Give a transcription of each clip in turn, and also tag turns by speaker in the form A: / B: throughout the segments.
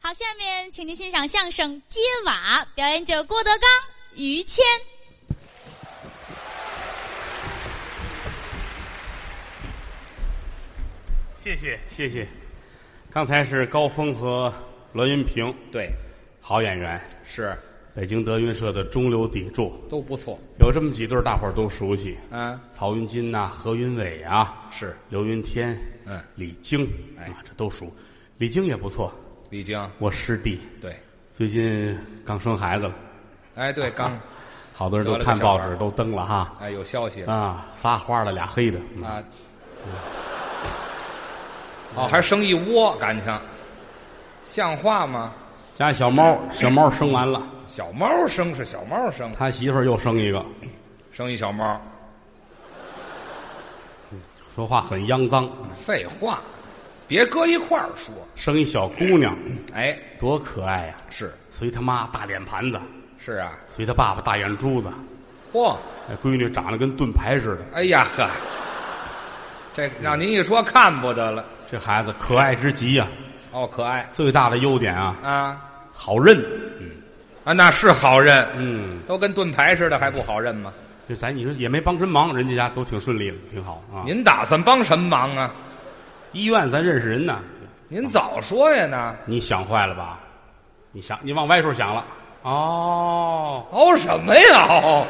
A: 好，下面请您欣赏相声《揭瓦》，表演者郭德纲、于谦。
B: 谢谢谢谢，刚才是高峰和栾云平，
C: 对，
B: 好演员，
C: 是
B: 北京德云社的中流砥柱，
C: 都不错。
B: 有这么几对儿大伙儿都熟悉，
C: 嗯，
B: 曹云金呐、何云伟啊，
C: 是
B: 刘云天，
C: 嗯
B: 李菁，
C: 哎
B: 啊，这都熟。李菁也不错，
C: 李菁，
B: 我师弟，
C: 对，
B: 最近刚生孩子了，
C: 哎对，刚
B: 好多人都
C: 得了个
B: 看
C: 小
B: 报
C: 孩
B: 纸
C: 儿
B: 都登了哈，
C: 哎有消息了
B: 啊，仨花了俩黑的，嗯
C: 啊，哦，还生一窝，感情像话吗？
B: 家小猫，
C: 嗯
B: 小猫生完了，
C: 小猫生是小猫生，
B: 他媳妇儿又生一个，
C: 生一小猫，
B: 说话很肮脏，
C: 废话，别搁一块儿说。
B: 生一小姑娘，
C: 哎，
B: 多可爱呀、
C: 是
B: 随他妈大脸盘子，
C: 是啊，
B: 随他爸爸大眼珠子，
C: 嚯，
B: 那闺女长得跟盾牌似的，
C: 哎呀呵，这让您一说看不得了。
B: 这孩子可爱之极呀、
C: 哦，可爱
B: 最大的优点啊，
C: 啊
B: 好认。
C: 啊，那是好认，
B: 嗯，
C: 都跟盾牌似的，还不好认吗？
B: 这咱你说也没帮什么忙，人家家都挺顺利的，挺好啊。
C: 您打算帮什么忙啊？
B: 医院咱认识人呢，
C: 您早说呀呢，
B: 你想坏了吧？你想你往歪处想了哦，
C: 熬什么呀熬？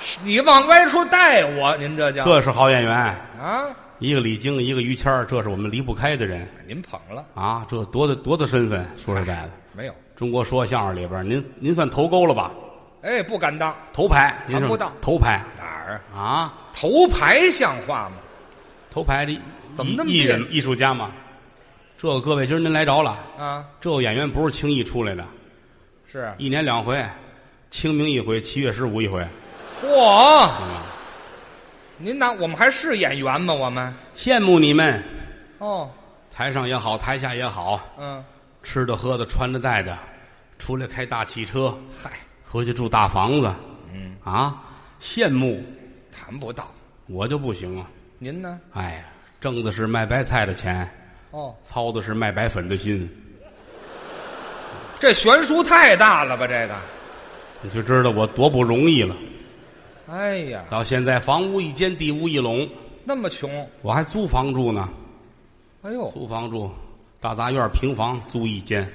C: 是你往歪处带我，您这叫
B: 这是好演员，
C: 啊？
B: 一个李菁，一个于谦儿，这是我们离不开的人
C: 您捧了
B: 啊。这多大多大身份？说实在的，
C: 没有？
B: 中国说相声里边儿，您您算头钩了吧？
C: 哎，不敢当
B: 头牌，您
C: 谈不
B: 是
C: 到
B: 头牌
C: 哪儿啊？
B: 啊。
C: 头牌像话吗？
B: 头牌的
C: 怎么那么
B: 艺艺
C: 别
B: 人艺术家嘛？这个各位，今儿您来着了，
C: 啊，
B: 这个演员不是轻易出来的，
C: 是啊
B: 一年两回，清明一回，七月十五一回。
C: 嚯！您拿我们还是演员吗？我们
B: 羡慕你们，
C: 哦，
B: 台上也好，台下也好，
C: 嗯，
B: 吃的喝的穿的戴的，出来开大汽车，
C: 嗨，
B: 回去住大房子，
C: 嗯，
B: 啊，羡慕
C: 谈不到。
B: 我就不行啊！
C: 您呢？
B: 哎呀，挣的是卖白菜的钱，
C: 哦，
B: 操的是卖白粉的心，
C: 这悬殊太大了吧？这个，
B: 你就知道我多不容易了。
C: 哎呀，
B: 到现在，房屋一间，地屋一垄，
C: 那么穷，
B: 我还租房住呢。
C: 哎呦，
B: 租房住，大杂院平房租一间，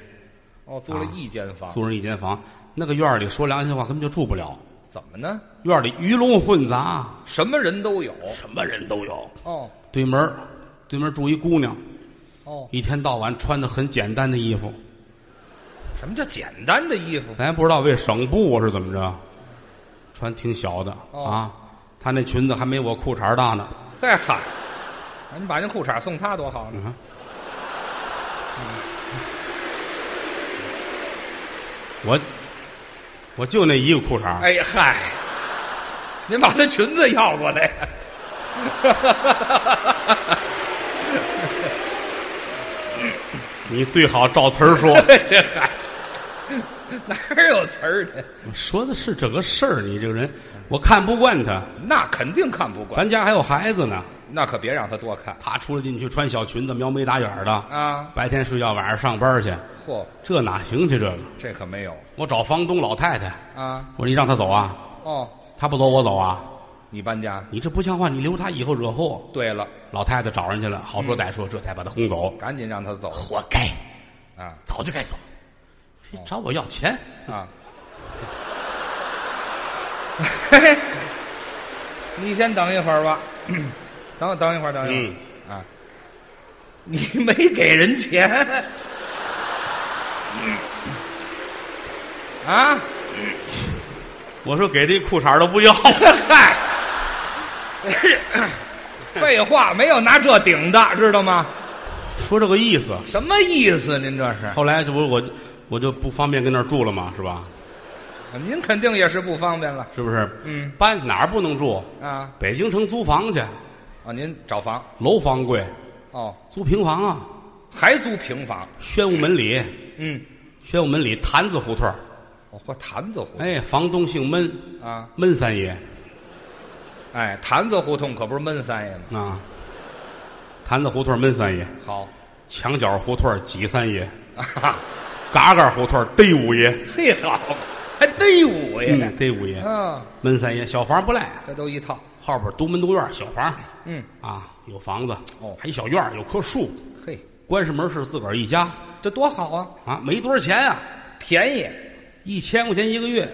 C: 哦，租了一间房，
B: 租人一间房。那个院儿里说良心话根本就住不了，
C: 怎么呢？
B: 院儿里鱼龙混杂，
C: 什么人都有。
B: 什么人都有。
C: 哦
B: 对门儿对门儿住一姑娘，
C: 哦，
B: 一天到晚穿的很简单的衣服，
C: 什么叫简单的衣服？
B: 咱也不知道为省布我是怎么着，穿挺小的、
C: 哦
B: 啊。她那裙子还没我裤衩儿大呢，
C: 嗨嗨，哎你把那裤衩送他多好呢！
B: 嗯，我我就那一个裤衩儿，
C: 哎嗨，您把他裙子要过来。
B: 你最好照词儿说。
C: 这嗨，哪儿有词儿去？
B: 我说的是这个事儿，你这个人，我看不惯他。
C: 那肯定看不惯，
B: 咱家还有孩子呢，
C: 那可别让他多看
B: 他出来进去穿小裙子，描眉打眼儿的，
C: 啊！
B: 白天睡觉，晚上上班去，
C: 嚯，
B: 这哪行去？这个，
C: 这可没有
B: 我找房东老太太，
C: 啊！
B: 我说你让他走啊，
C: 哦，
B: 他不走我走啊，
C: 你搬家？
B: 你这不像话，你留他以后惹祸。
C: 对了，
B: 老太太找人去了，好说歹说，这才把他轰走，
C: 赶紧让他走
B: 活该，
C: 啊
B: 早就该走。谁找我要钱？
C: 啊！ 嘿嘿，你先等一会儿吧， 等等一会儿，等一会儿、
B: 嗯，
C: 啊！你没给人钱 啊？
B: 我说给这裤衩儿都 不要，
C: 嗨，废话，没有拿这顶的，知道吗？
B: 说这个意思。
C: 什么意思？您这是？
B: 后来这不我就我就不方便跟那儿住了嘛，是吧？
C: 您肯定也是不方便了。
B: 是不是？
C: 嗯
B: 搬哪儿不能住？
C: 啊
B: 北京城租房去，
C: 啊，您找房
B: 楼房贵，
C: 哦，
B: 租平房啊。
C: 还租平房？
B: 宣武门里，
C: 嗯，
B: 宣武门里坛子胡同儿，
C: 我和坛子胡同、
B: 哎，房东姓闷，
C: 啊，
B: 闷三爷
C: 哎，坛子胡同可不是闷三爷吗？
B: 啊。坛子胡同儿闷三爷，
C: 好，
B: 墙角胡同儿挤三爷，哈，嘎嘎胡同儿逮五爷，
C: 嘿好，还逮我呀
B: 嗯，？逮五爷，
C: 啊，
B: 闷三爷，小房不赖，
C: 这都一套。
B: 后边独门独院，小房，
C: 嗯，
B: 啊，有房子，
C: 哦
B: 还小院儿有棵树，
C: 嘿，
B: 关上门是自个儿一家
C: 这多好啊，
B: 啊，没多少钱啊，
C: 便宜，
B: 一千块钱一个月，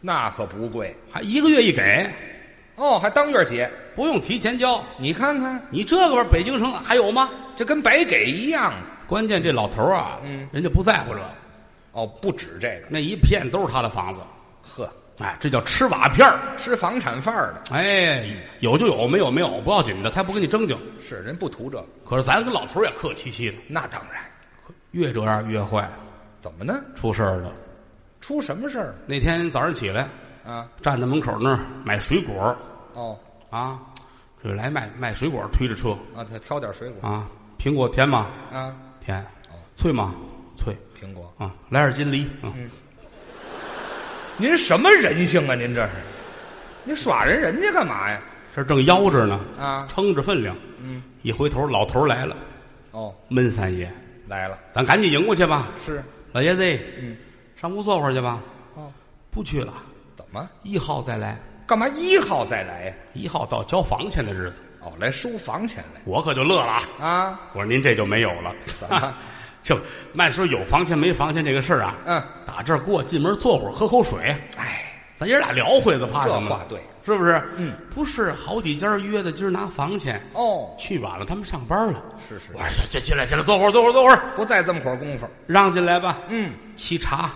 C: 那可不贵
B: 还一个月一给，
C: 哦，还当月结。
B: 不用提前交。
C: 你看看，
B: 你这个玩意儿北京城还有吗？
C: 这跟白给一样啊。
B: 关键这老头儿啊，
C: 嗯
B: 人家不在乎这个，
C: 哦，不止这个，
B: 那一片都是他的房子，
C: 呵，
B: 哎，这叫吃瓦片儿。
C: 吃房产范儿的，
B: 哎，有就有，没有没有不要紧的，他不跟你争竞。
C: 是人不图这个，
B: 可是咱跟老头儿也客气气的，
C: 那当然。
B: 越这样越坏，
C: 怎么呢？
B: 出事儿了。
C: 出什么事儿了
B: 那天早上起来，
C: 啊？
B: 站在门口那儿买水果
C: 哦，
B: 啊，这来卖卖水果，推着车
C: 啊，他挑点水果
B: 啊，苹果甜吗？
C: 啊，
B: 甜，脆吗？脆
C: 苹果。
B: 啊，来点金梨，嗯，
C: 您什么人性啊？您这是，您耍人人家干嘛呀？
B: 这正邀着呢，
C: 啊
B: 撑着分量，
C: 嗯，
B: 一回头老头儿来了，
C: 哦，
B: 闷三爷，
C: 来了，
B: 咱赶紧迎过去吧，
C: 是，
B: 老爷子，
C: 嗯，
B: 上屋坐会儿去吧，
C: 哦，
B: 不去了，
C: 怎么？
B: 一号再来，
C: 干嘛一号再来呀？
B: 一号到交房钱的日子，
C: 哦，来收房钱来
B: 我可就乐了啊，
C: 啊？
B: 我说您这就没有了，
C: 怎么
B: 就慢说有房钱没房钱这个事儿啊，
C: 嗯，
B: 打这儿过，进门坐会儿，喝口水，
C: 哎，
B: 咱爷俩聊会子，怕
C: 这
B: 什么？
C: 话对，
B: 是不是？
C: 嗯，
B: 不是，好几家约的，今儿拿房钱，
C: 哦，
B: 去晚了，他们上班了。
C: 是是
B: 我，说这进来进来，坐会儿坐会儿坐会儿，
C: 不再这么会儿功夫，
B: 让进来吧。
C: 嗯，
B: 沏茶，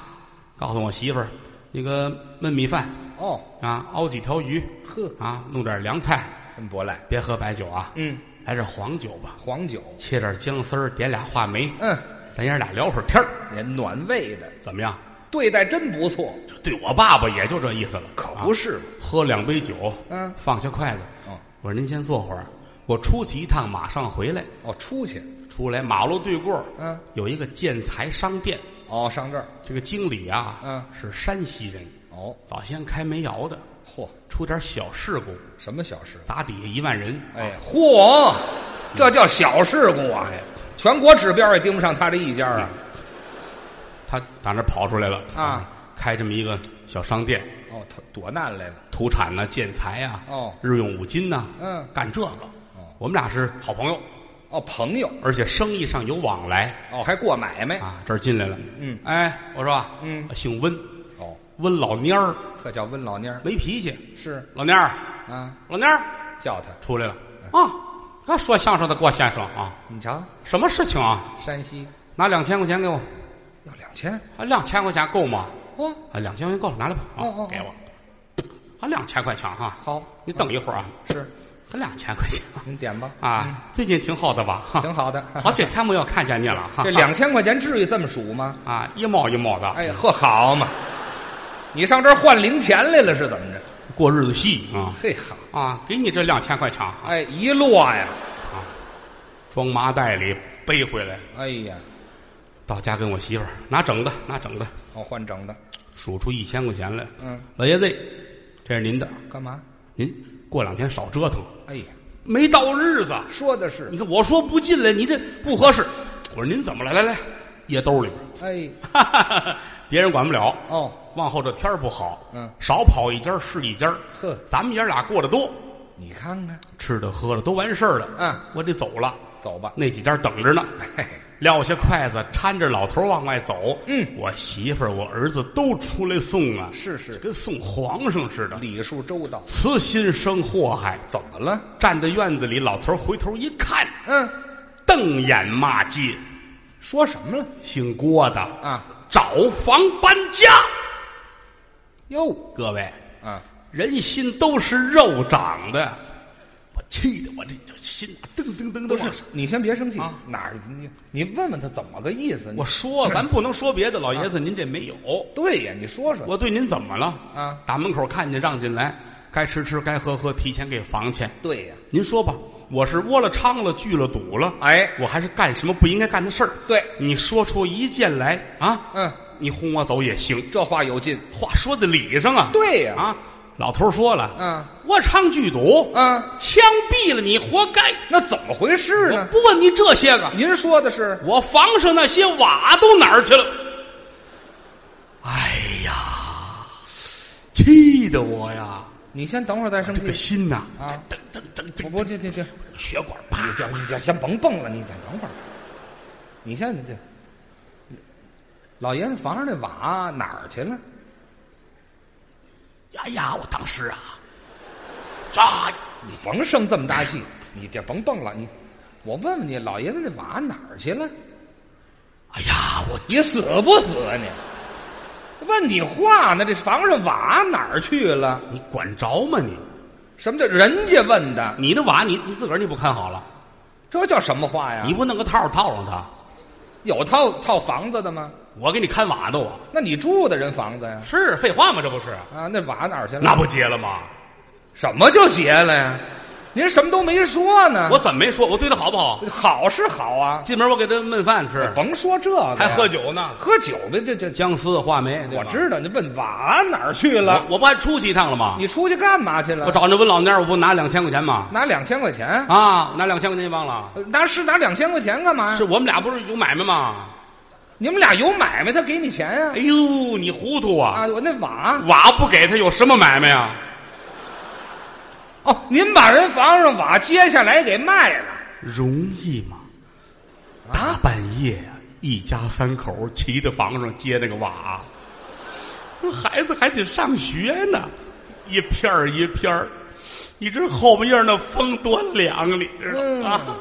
B: 告诉我媳妇儿，那个焖米饭
C: 哦，
B: 啊，熬几条鱼
C: 呵，
B: 啊，弄点凉菜，
C: 真不赖，
B: 别喝白酒啊，
C: 嗯，
B: 来点黄酒吧，
C: 黄酒，
B: 切点姜丝儿，点俩话梅，
C: 嗯，
B: 咱爷俩聊会儿天儿，
C: 也暖胃的，
B: 怎么样？
C: 对待真不错，
B: 这对我爸爸也就这意思了，
C: 可
B: 啊
C: 不是嘛，
B: 喝两杯酒，
C: 嗯
B: 放下筷子，
C: 哦
B: 我说您先坐会儿，我出去一趟，马上回来。
C: 哦，出去，
B: 出来马路对过，
C: 嗯，
B: 有一个建材商店，
C: 哦，上这儿，
B: 这个经理啊，
C: 嗯
B: 是山西人，
C: 哦，
B: 早先开煤窑的，
C: 嚯，
B: 出点小事故，
C: 什么小事？啊
B: 砸底下一万人，啊
C: 哎，嚯，这叫小事故啊！全国指标也盯不上他这一家啊！
B: 他打那儿跑出来了
C: 啊，
B: 开这么一个小商店，
C: 哦，他躲难来了。
B: 土产呐、建材啊，
C: 哦
B: 日用五金呐、
C: 嗯
B: 干这个，我们俩是好朋友，
C: 哦，朋友
B: 而且生意上有往来
C: 哦，还过买卖
B: 啊，这儿进来了，
C: 嗯，
B: 哎，我说啊，
C: 嗯
B: 我姓温，
C: 哦，
B: 温老蔫儿
C: 这叫温老蔫儿
B: 没脾气，
C: 是
B: 老蔫儿，
C: 啊，
B: 老蔫儿。
C: 叫他
B: 出来了
C: 哎
B: 啊！那说相声的郭先生啊，
C: 你瞧，
B: 什么事情啊？
C: 山西
B: 拿两千块钱给我，
C: 要两千
B: 啊，两千块钱够吗？
C: 哦，
B: 啊，两千块钱够了，拿来吧，啊，
C: 哦哦哦
B: 给我，啊，两千块钱哈、
C: 好，
B: 你等一会儿啊，
C: 是
B: 还两千块钱
C: 您点吧，
B: 啊，最近挺好的吧？哈、
C: 嗯挺啊好的。
B: 好几天没有看见你了哈。
C: 这两千块钱至于这么数吗？
B: 啊，一毛一毛的，
C: 哎，呵，好嘛，你上这儿换零钱来了是怎么着？
B: 过日子细啊
C: 嘿好，
B: 啊，给你这两千块钱啊，
C: 哎，一落呀，
B: 装麻袋里背回来，
C: 哎呀，
B: 到家跟我媳妇儿拿整的，拿整的，
C: 哦，换整的，
B: 数出一千块钱来，
C: 嗯，
B: 老爷子，这是您的，
C: 干嘛？
B: 您过两天少折腾，
C: 哎呀。
B: 没到日子。
C: 说的是
B: 你，看我说不进来，你这不合适。我说您怎么了？来来，掖兜里边
C: 哎，
B: 哈哈哈， 别人管不了。
C: 哦，
B: 往后这天儿不好，
C: 嗯
B: 少跑一家儿是一家儿。
C: 呵
B: 咱们爷俩过得多，
C: 你看看，
B: 吃的喝的都完事儿了。
C: 嗯，
B: 我得走了，
C: 走吧，
B: 那几家等着呢。
C: 嘿嘿，
B: 撂下筷子，搀着老头儿往外走。
C: 嗯
B: 我媳妇儿、我儿子都出来送啊，
C: 是是
B: 跟送皇上似的。
C: 礼数周到，
B: 慈心生祸害，
C: 怎么了？
B: 站在院子里，老头儿回头一看，
C: 嗯，
B: 瞪眼骂街，
C: 说什么了？
B: 姓郭的
C: 啊，
B: 找房搬家。
C: 哟，
B: 各位，
C: 啊，
B: 人心都是肉长的，我气的我这这心啊噔噔噔
C: 不
B: 噔
C: 是
B: 往上。，
C: 你先别生气，
B: 啊
C: 哪儿？你你问问他怎么个意思？你
B: 我说咱不能说别的，老爷子您这没有，
C: 对呀，你说说，
B: 我对您怎么了？
C: 啊，
B: 打门口看见让进来，该吃吃该喝喝，提前给房钱。
C: 对呀，
B: 您说吧，我是窝了娼了，聚了赌了，
C: 哎
B: 我还是干什么不应该干的事儿？
C: 对
B: 你说出一件来啊，
C: 嗯，
B: 你轰我走也行，
C: 这话有劲，
B: 话说的理上啊，
C: 对呀，
B: 啊，老头儿说了，
C: 嗯
B: 我唱剧赌，
C: 啊，
B: 枪毙了你，活该。
C: 那怎么回事
B: 我
C: 呢？
B: 不问你这些个，
C: 您说的是
B: 我房上那些瓦都哪儿去了？哎呀，气得我呀！
C: 你先等会儿再生
B: 这个
C: 气
B: 心呐，
C: 啊！
B: 噔噔噔噔，
C: 我不，这这这，
B: 血管啪
C: 你这你这先甭蹦了，你先等会儿。你现在这，老爷子房上那瓦哪儿去了？
B: 哎呀，我当时啊，炸！
C: 你甭生这么大气，你这甭蹦了。你，我问问你，老爷子那瓦哪儿去了？
B: 哎呀，我
C: 你死不死啊你？问你话呢？这房上瓦哪儿去了？
B: 你管着吗你？
C: 什么叫人家问的？
B: 你的瓦你你自个儿你不看好了，
C: 这叫什么话呀？
B: 你不弄个套儿套上它？
C: 有套套房子的吗？
B: 我给你看瓦的我
C: 那你住的人房子呀？
B: 是废话吗？这不是
C: 啊，那瓦哪儿去了？
B: 那不结了吗？
C: 什么就结了呀？您什么都没说呢。
B: 我怎么没说？我对他好不好？
C: 好是好啊，
B: 进门我给他焖饭吃，
C: 甭说这个呀，
B: 还喝酒呢，
C: 喝酒呗，这这
B: 姜丝话梅。对吧
C: 我知道。你问瓦哪儿去了？
B: 我我不还出去一趟了吗？
C: 你出去干嘛去了？
B: 我找那温老蔫儿，我不拿两千块钱吗？
C: 拿两千块钱，
B: 啊，拿两千块钱就忘了。
C: 呃拿是拿两千块钱干嘛呀
B: 是？我们俩不是有买卖吗？
C: 你们俩有买卖，他给你钱呀、
B: 哎呦，你糊涂
C: 啊？
B: 啊！
C: 我那瓦
B: 瓦不给他有什么买卖啊呀？
C: 哦，您把人房上瓦接下来给卖
B: 啊
C: 了，啊
B: 容易吗？大半夜呀、一家三口骑到房上接那个瓦，孩子还得上学呢，一片儿一片儿，你这后半夜那风多凉，你知道吗？
C: 嗯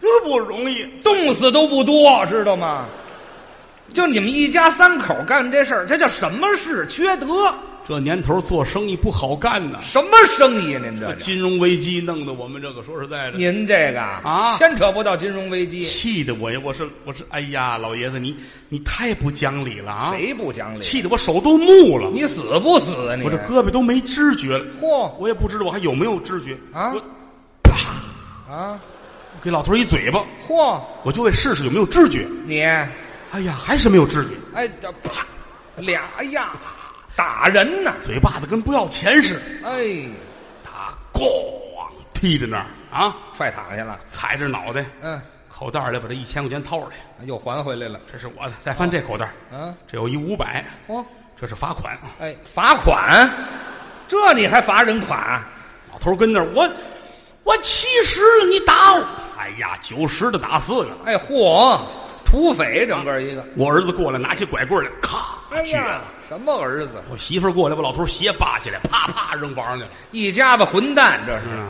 B: 这不容易。
C: 冻死都不多，知道吗？就你们一家三口干这事儿，这叫什么事？缺德！
B: 这年头做生意不好干呐，
C: 什么生意啊？您这叫
B: 金融危机弄得我们这个说实在的，
C: 您这个
B: 啊
C: 牵扯不到金融危机，
B: 气得我呀！我是我是，哎呀，老爷子你你太不讲理了啊！
C: 谁不讲理？
B: 气得我手都木了，
C: 你死不死啊？你
B: 我这胳膊都没知觉了。
C: 嚯
B: 我也不知道我还有没有知觉
C: 啊
B: 我
C: 啊
B: 给老头一嘴巴，
C: 嚯！
B: 我就为试试有没有知觉。
C: 你
B: 哎呀，还是没有知觉，
C: 哎，这啪俩哎呀，打人呐！
B: 嘴巴子跟不要钱似的，
C: 哎，
B: 他咣踢在那儿啊，
C: 踹躺下了。
B: 踩着脑袋，
C: 嗯，
B: 口袋里把这一千块钱掏出来，
C: 又还回来了。
B: 这是我的。再翻这口袋，
C: 啊，
B: 这有一五百，
C: 哦，
B: 这是罚款。啊。
C: 哎，罚款，这你还罚人款？
B: 老头跟那儿，我我七十了，你打我。哎呀，九十的打四个。
C: 哎，嚯，土匪整个一个。
B: 我儿子过来拿起拐棍来，咔
C: 哎
B: 撅
C: 呀
B: 了。，
C: 什么儿子？
B: 我媳妇儿过来把老头鞋扒起来，啪啪扔房上去了。
C: 一家子混蛋，这是
B: 嗯，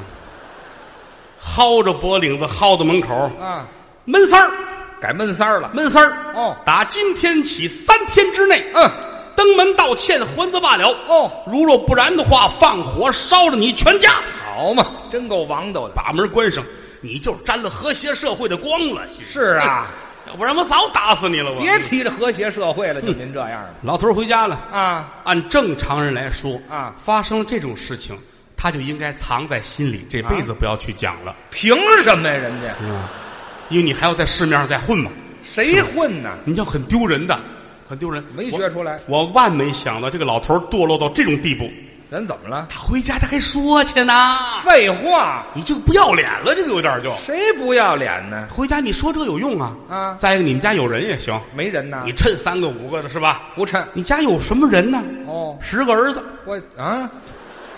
B: 薅着脖领子，薅到门口，
C: 啊！
B: 闷三儿，
C: 改闷三儿了。
B: 闷三儿。
C: 哦
B: 打今天起三天之内，
C: 嗯，
B: 登门道歉，还则罢了。
C: 哦，
B: 如若不然的话，放火烧了你全家，
C: 好嘛，真够王道的。
B: 把门关上，你就沾了和谐社会的光了。
C: 是啊，
B: 要不然我早打死你了。我
C: 别提这和谐社会了，就您这样的
B: 老头儿回家了。
C: 啊！
B: 按正常人来说
C: 啊
B: 发生了这种事情，他就应该藏在心里，这
C: 啊
B: 辈子不要去讲了。
C: 凭什么呀？人家
B: 嗯，因为你还要在市面上再混嘛。
C: 谁混呢？
B: 你要很丢人的，很丢人。
C: 没觉出来
B: 我，我万没想到这个老头儿堕落到这种地步。
C: 人怎么了？
B: 他回家他还说去呢，
C: 废话，
B: 你这个不要脸了，这个有点儿就。
C: 谁不要脸呢？
B: 回家你说这有用啊？
C: 啊
B: 再一个，你们家有人也行，
C: 没人呐
B: 你，趁三个五个的是吧？
C: 不趁
B: 你家有什么人呢？
C: 哦，
B: 十个儿子，
C: 我啊，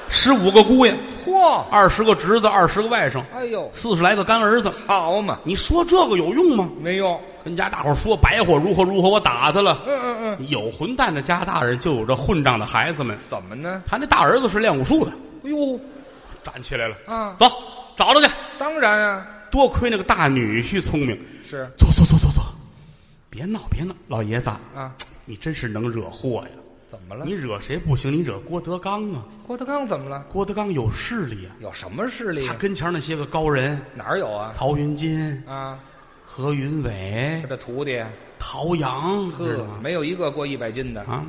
B: 十五个姑爷，
C: 嚯，
B: 二十个侄子，二十个外甥，
C: 哎呦，
B: 四十来个干儿子。
C: 好嘛，
B: 你说这个有用吗？
C: 没用，
B: 跟家大伙儿说白话如何如何，我打他了。
C: 嗯嗯嗯，
B: 有混蛋的家大人，就有这混账的孩子们。
C: 怎么呢？
B: 他那大儿子是练武术的，
C: 哎呦，
B: 站起来了，
C: 啊，
B: 走，找着去。
C: 当然啊，
B: 多亏那个大女婿聪明，
C: 是
B: 坐坐坐坐坐，别闹别闹，老爷子，
C: 啊，
B: 你真是能惹祸呀！
C: 怎么了
B: 你？惹谁不行，你惹郭德纲啊！
C: 郭德纲怎么了？
B: 郭德纲有势力啊，
C: 有什么势力
B: 他？跟前那些个高人，
C: 哪儿有啊？
B: 曹云金、
C: 啊，
B: 何云伟
C: 他、这徒弟，
B: 陶阳，知
C: 呵
B: 道，吗？
C: 啊嗯没有一个过一百斤的
B: 啊
C: 嗯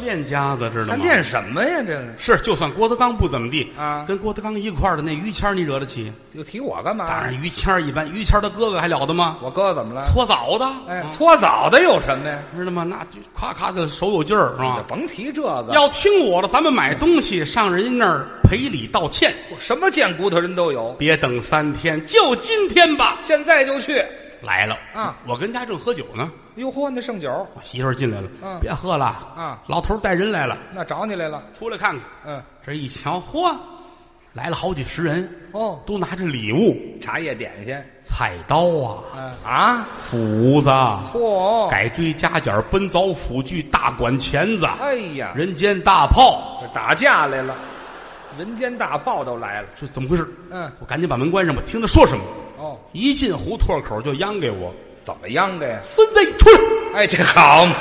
B: 练家子，知道
C: 还
B: 吗？
C: 练什么呀？这个
B: 是，就算郭德纲不怎么地
C: 啊
B: 跟郭德纲一块儿的那于谦儿，你惹得起？
C: 又提我干嘛？
B: 当然，于谦儿一般，于谦儿他哥哥还了得吗？
C: 我哥怎么了？
B: 搓澡的，
C: 哎，
B: 啊
C: 搓澡的有什么呀？
B: 知道吗？那就咔咔的手有劲儿，是
C: 你就
B: 吧？
C: 甭提这个，
B: 要听我的，咱们买东西上人家那儿赔礼道歉，
C: 什么贱骨头人都有。
B: 别等三天，就今天吧。
C: 现在就去，
B: 来了
C: 啊！
B: 我跟家正喝酒呢，
C: 哟呵，那剩酒，
B: 我媳妇儿进来了，
C: 嗯
B: 别喝了
C: 啊！
B: 老头儿带人来了，
C: 那找你来了。
B: 出来看看。
C: 嗯，
B: 这一瞧，嚯，来了好几十人，
C: 哦，
B: 都拿着礼物，
C: 茶叶点心，
B: 菜刀啊，
C: 嗯啊，
B: 斧子啊，
C: 嚯，
B: 改锥夹角、奔凿、斧锯、大管钳子，啊
C: 哎呀，
B: 人间大炮，
C: 这哦打架来了，人间大炮都来了。
B: 这怎么回事？
C: 嗯，
B: 我赶紧把门关上吧，听他说什么。
C: 哦，
B: 一进胡同口就央给我，
C: 怎么秧歌呀？
B: 孙子你出来！
C: 哎，这好嘛，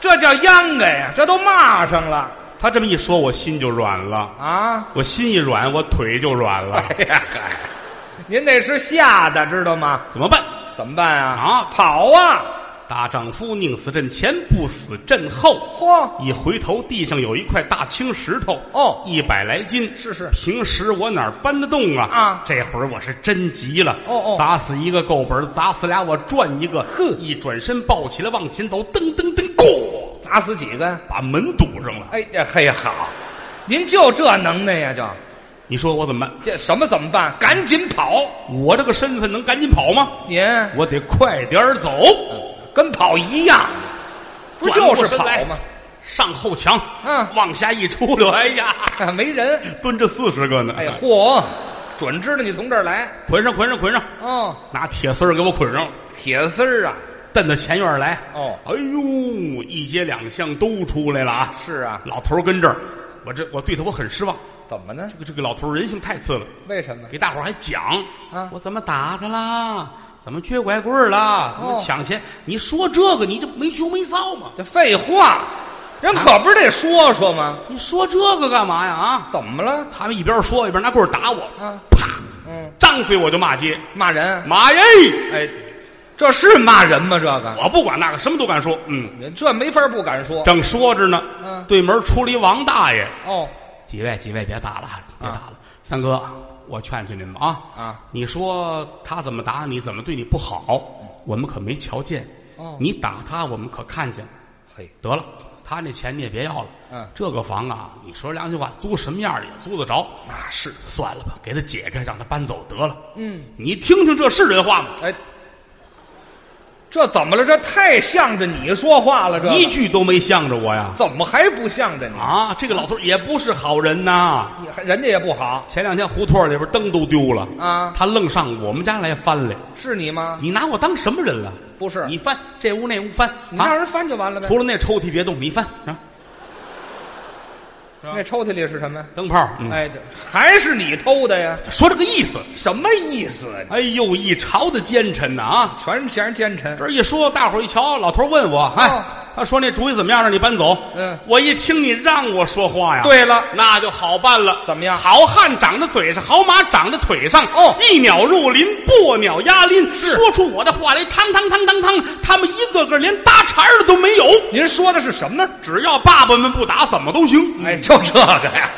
C: 这叫秧歌呀，这都骂上了
B: 他这么一说，我心就软了，
C: 啊！
B: 我心一软，我腿就软了，
C: 哎呀嗨，您那是吓的，知道吗？
B: 怎么办？
C: 怎么办啊？
B: 啊
C: 跑啊！
B: 大丈夫宁死阵前，不死阵后。
C: 嚯，
B: 一回头，地上有一块大青石头，
C: 哦
B: 一百来斤。
C: 是是
B: 平时我哪儿搬得动啊？
C: 啊
B: 这会儿我是真急了。
C: 哦哦
B: 砸死一个够本儿，砸死俩我赚一个。
C: 哼
B: 一转身抱起来往前走，噔噔噔，过，
C: 砸死几个？
B: 把门堵上了。
C: 哎呀嘿，好，您就这能耐呀，就
B: 你说我怎么办？
C: 这什么怎么办？赶紧跑！
B: 我这个身份能赶紧跑吗？
C: 您
B: 我得快点儿走，
C: 跟跑一样，不就是
B: 转过
C: 跑
B: 身
C: 吗
B: 来？上后墙，
C: 嗯
B: 往下一出溜，哎呀，
C: 哎 没人，
B: 蹲着四十个呢。
C: 哎，嚯，准知道你从这儿来
B: 捆上，捆上，捆上，
C: 哦，
B: 拿铁丝儿给我捆上，
C: 铁丝儿啊！
B: 蹬到前院儿来。
C: 哦，
B: 哎呦，一街两巷都出来了啊！
C: 是啊，
B: 老头儿跟这儿，我这我对他我很失望。
C: 怎么呢
B: 这？个这个老头儿人性太次了，
C: 为什么？
B: 给大伙儿还讲
C: 啊
B: 我怎么打他啦，怎么撅拐棍儿啦，怎么
C: 哦
B: 抢钱？你说这个，你这没羞没臊吗？
C: 这废话，人可不是得说说吗？
B: 你说这个干嘛呀？啊！
C: 怎么了？
B: 他们一边说一边拿棍儿打我，
C: 啊，
B: 啪，
C: 嗯，
B: 张嘴我就骂街，
C: 骂人？
B: 妈耶！
C: 哎，这是骂人吗？这个，
B: 我不管那个，什么都敢说。嗯，
C: 您这没法不敢说。
B: 正说着呢，
C: 嗯
B: 对门出了一王大爷，
C: 哦，
B: 几位几位别打了，别打了，三哥，我劝劝您吧啊
C: 啊！
B: 你说他怎么打你，怎么对你不好，我们可没瞧见。
C: 哦
B: 你打他，我们可看见了。
C: 嘿，
B: 得了，他那钱你也别要了。
C: 嗯
B: 这个房啊，你说良心话，租什么样儿也租得着。
C: 那是，
B: 算了吧，给他解开，让他搬走得了。
C: 嗯，
B: 你听听这是人话吗？
C: 哎，这怎么了？这太向着你说话了，这
B: 一
C: 个
B: 句都没向着我呀！
C: 怎么还不向着你？
B: 啊，这个老头儿也不是好人呐。
C: 你还人家也不好，
B: 前两天胡同里边灯都丢了
C: 啊
B: 他愣上我们家来翻来，
C: 是你吗？
B: 你拿我当什么人了？
C: 不是，
B: 你翻这屋那屋翻
C: 你让
B: 啊，
C: 人翻就完了呗。
B: 除了那抽屉别动，你翻啊，
C: 那抽屉里是什么呀？
B: 灯泡，嗯，
C: 哎，这还是你偷的呀？
B: 说这个意思。
C: 什么意思啊？
B: 哎呦，一朝的奸臣呐啊！
C: 全是嫌人奸臣。
B: 这儿一说，大伙儿一瞧，老头儿问我，
C: 哦
B: 哎，他说那主意怎么样？让你搬走。
C: 嗯
B: 我一听你让我说话呀，，
C: 对了，
B: 那就好办了。
C: 怎么样
B: 好汉长在嘴上，好马长在腿上。
C: 哦
B: 一鸟入林，破鸟压林。说出我的话来，汤汤汤汤汤，他们一个个连搭茬儿的都没有。
C: 您说的是什么？
B: 只要爸爸们不打，怎么都行。
C: 哎，就这个呀，